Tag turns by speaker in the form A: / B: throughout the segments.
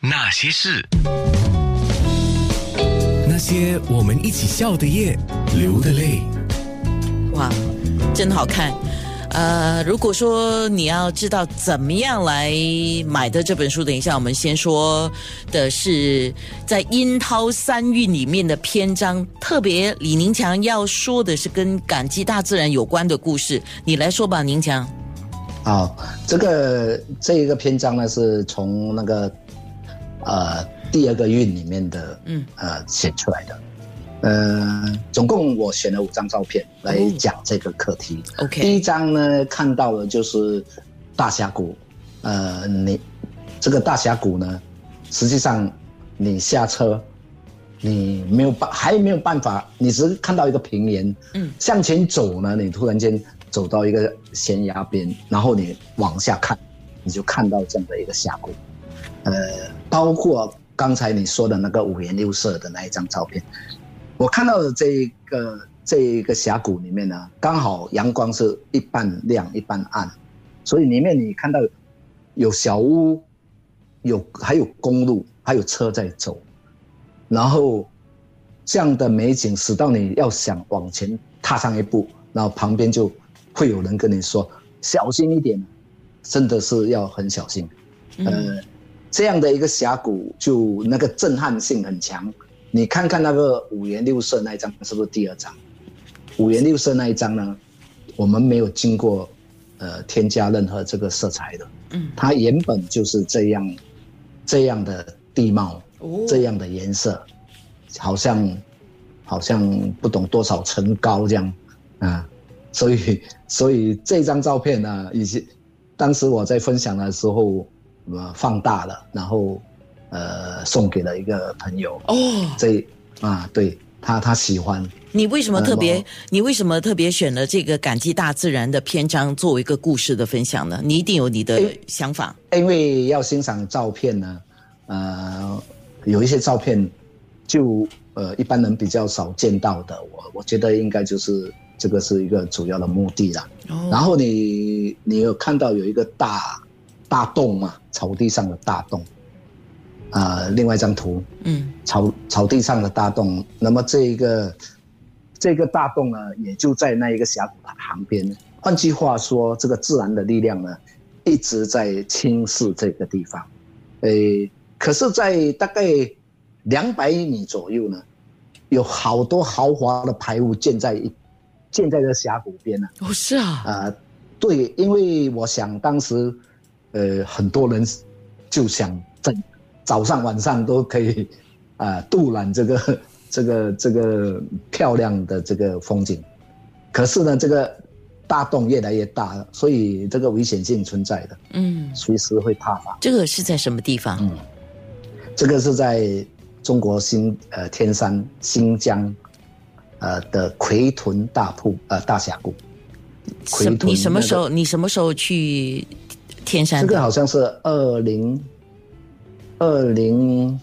A: 那些事，
B: 那些我们一起笑的夜，流的泪。
C: 哇，真好看。呃，如果说你要知道怎么样来买的这本书，等一下我们先说的是在《樱桃三韵》里面的篇章，特别李宁强要说的是跟感激大自然有关的故事。你来说吧，宁强。
D: 好，啊这个这一个篇章呢，是从那个呃第二个韵里面的
C: 嗯
D: 呃写出来的。呃，总共我选了五张照片来
C: 哦
D: 讲这个课题。第
C: ，OK，
D: 一张呢，看到的就是大峡谷。呃，你这个大峡谷呢，实际上你下车，你没有办，还没有办法，你只是看到一个平原。
C: 嗯
D: 向前走呢，你突然间走到一个悬崖边，然后你往下看，你就看到这样的一个峡谷。呃，包括刚才你说的那个五颜六色的那一张照片，我看到的这一个这一个峡谷里面呢，刚好阳光是一半亮一半暗，所以里面你看到有小屋，有还有公路，还有车在走，然后这样的美景使到你要想往前踏上一步，然后旁边就会有人跟你说小心一点，真的是要很小心。
C: 嗯
D: 呃，这样的一个峡谷，就那个震撼性很强。你看看那个五颜六色那一张，是不是第二张？五颜六色那一张呢，我们没有经过呃添加任何这个色彩的，
C: 嗯，
D: 它原本就是这样这样的地貌，
C: 哦
D: 这样的颜色，好像好像不懂多少层高这样啊，所以 所以这张照片呢，以及当时我在分享的时候，呃，放大了，然后呃送给了一个朋友，
C: 哦，
D: 这啊对他他喜欢，
C: 你为什么
D: 呃
C: 特别
D: 我？
C: 你为什么特别选了这个感激大自然的篇章作为一个故事的分享呢？你一定有你的
D: 诶
C: 想法。
D: 因为要欣赏照片呢，呃，有一些照片就呃一般人比较少见到的，我我觉得应该就是这个是一个主要的目的啦。然
C: 哦，
D: 后你你有看到有一个大大洞嘛，草地上的大洞，啊、另外一张图，
C: 嗯
D: 草草地上的大洞。那么这一个这个大洞呢，也就在那一个峡谷旁边。换句话说，这个自然的力量呢，一直在侵蚀这个地方。诶，可是，在大概两百米左右呢，有好多豪华的排屋建在一建在这个峡谷边呢、
C: 哦，是啊，
D: 啊，对，因为我想当时，呃，很多人就想整早上晚上都可以，啊、度览这个这个这个漂亮的这个风景。可是呢，这个大洞越来越大了，所以这个危险性存在的，
C: 嗯，
D: 随时会塌方。
C: 这个是在什么地方？
D: 嗯这个是在中国新呃天山新疆，呃的奎屯大瀑呃大峡谷。
C: 什
D: 奎屯
C: 你什么
D: 那个
C: 时候？你什么时候去天山
D: 这
C: 的？
D: 个好像是二零二零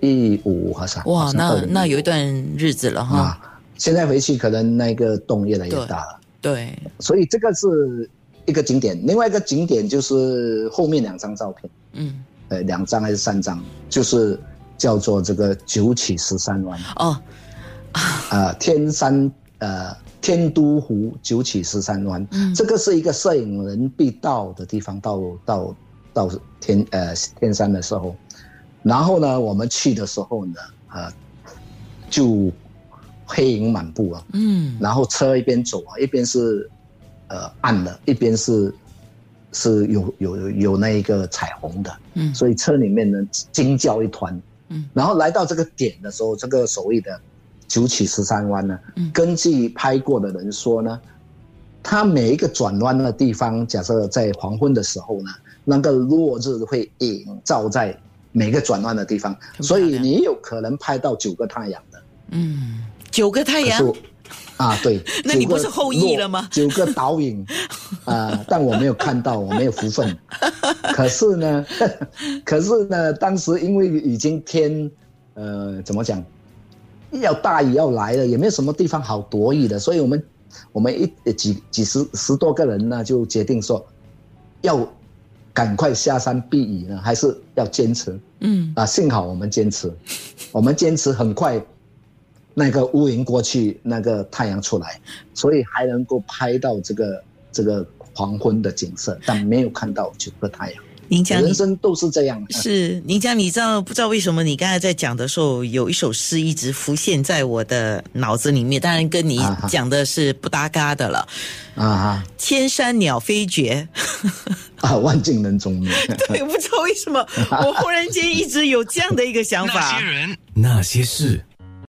D: 一五，好像
C: 哇，那那有一
D: 点
C: 段日子了哈。
D: 啊，现在回去可能那个洞越来越大了，
C: 对，
D: 所以这个是一个景点。另外一个景点就是后面两张照片，
C: 嗯，
D: 呃，两张还是三张，就是叫做这个九曲十三弯
C: 哦，
D: 啊、天山呃天都湖九曲十三弯，
C: 嗯
D: 这个是一个摄影人必到的地方，到到到天呃天山的时候，然后呢，我们去的时候呢，呃，就黑影满布啊，
C: 嗯，
D: 然后车一边走啊，一边是呃暗的，一边是是有有有有那一个彩虹的，
C: 嗯，
D: 所以车里面呢惊叫一团。
C: 嗯，
D: 然后来到这个点的时候，这个所谓的九曲十三弯呢，
C: 嗯
D: 根据拍过的人说呢，它每一个转弯的地方，假设在黄昏的时候呢，那个落日会映照在每个转弯的地方，
C: 很
D: 所
C: 漂
D: 以
C: 亮
D: 你有可能拍到九个太阳的。
C: 嗯，九个太
D: 可
C: 阳，
D: 是，我啊，对
C: 那你
D: 九个
C: 不是后羿了吗
D: 落 九个倒影，啊、但我没有看到，我没有 福分。可是呢， 可是呢，当时因为已经天，呃，怎么讲，要大雨要来了，也没有什么地方好躲雨的，所以我们我们一几几十十多个人呢，就决定说，要赶快下山避雨呢，还是要坚持？
C: 嗯
D: 啊，幸好我们坚持，我们坚持很快，那个乌云过去，那个太阳出来，所以还能够拍到这个这个黄昏的景色，但没有看到整个太阳。
C: 您讲你
D: 人生都是这样的。
C: 是您讲，你知道不知道为什么？你刚才在讲的时候，有一首诗一直浮现在我的脑子里面，当然跟你
D: 啊哈
C: 讲的是不搭嘎的了。
D: 啊
C: 千山鸟飞绝，
D: 啊！万径人踪灭。
C: 对，不知道为什么，我忽然间一直有这样的一个想
B: 那
C: 法
B: 些。人，那些事。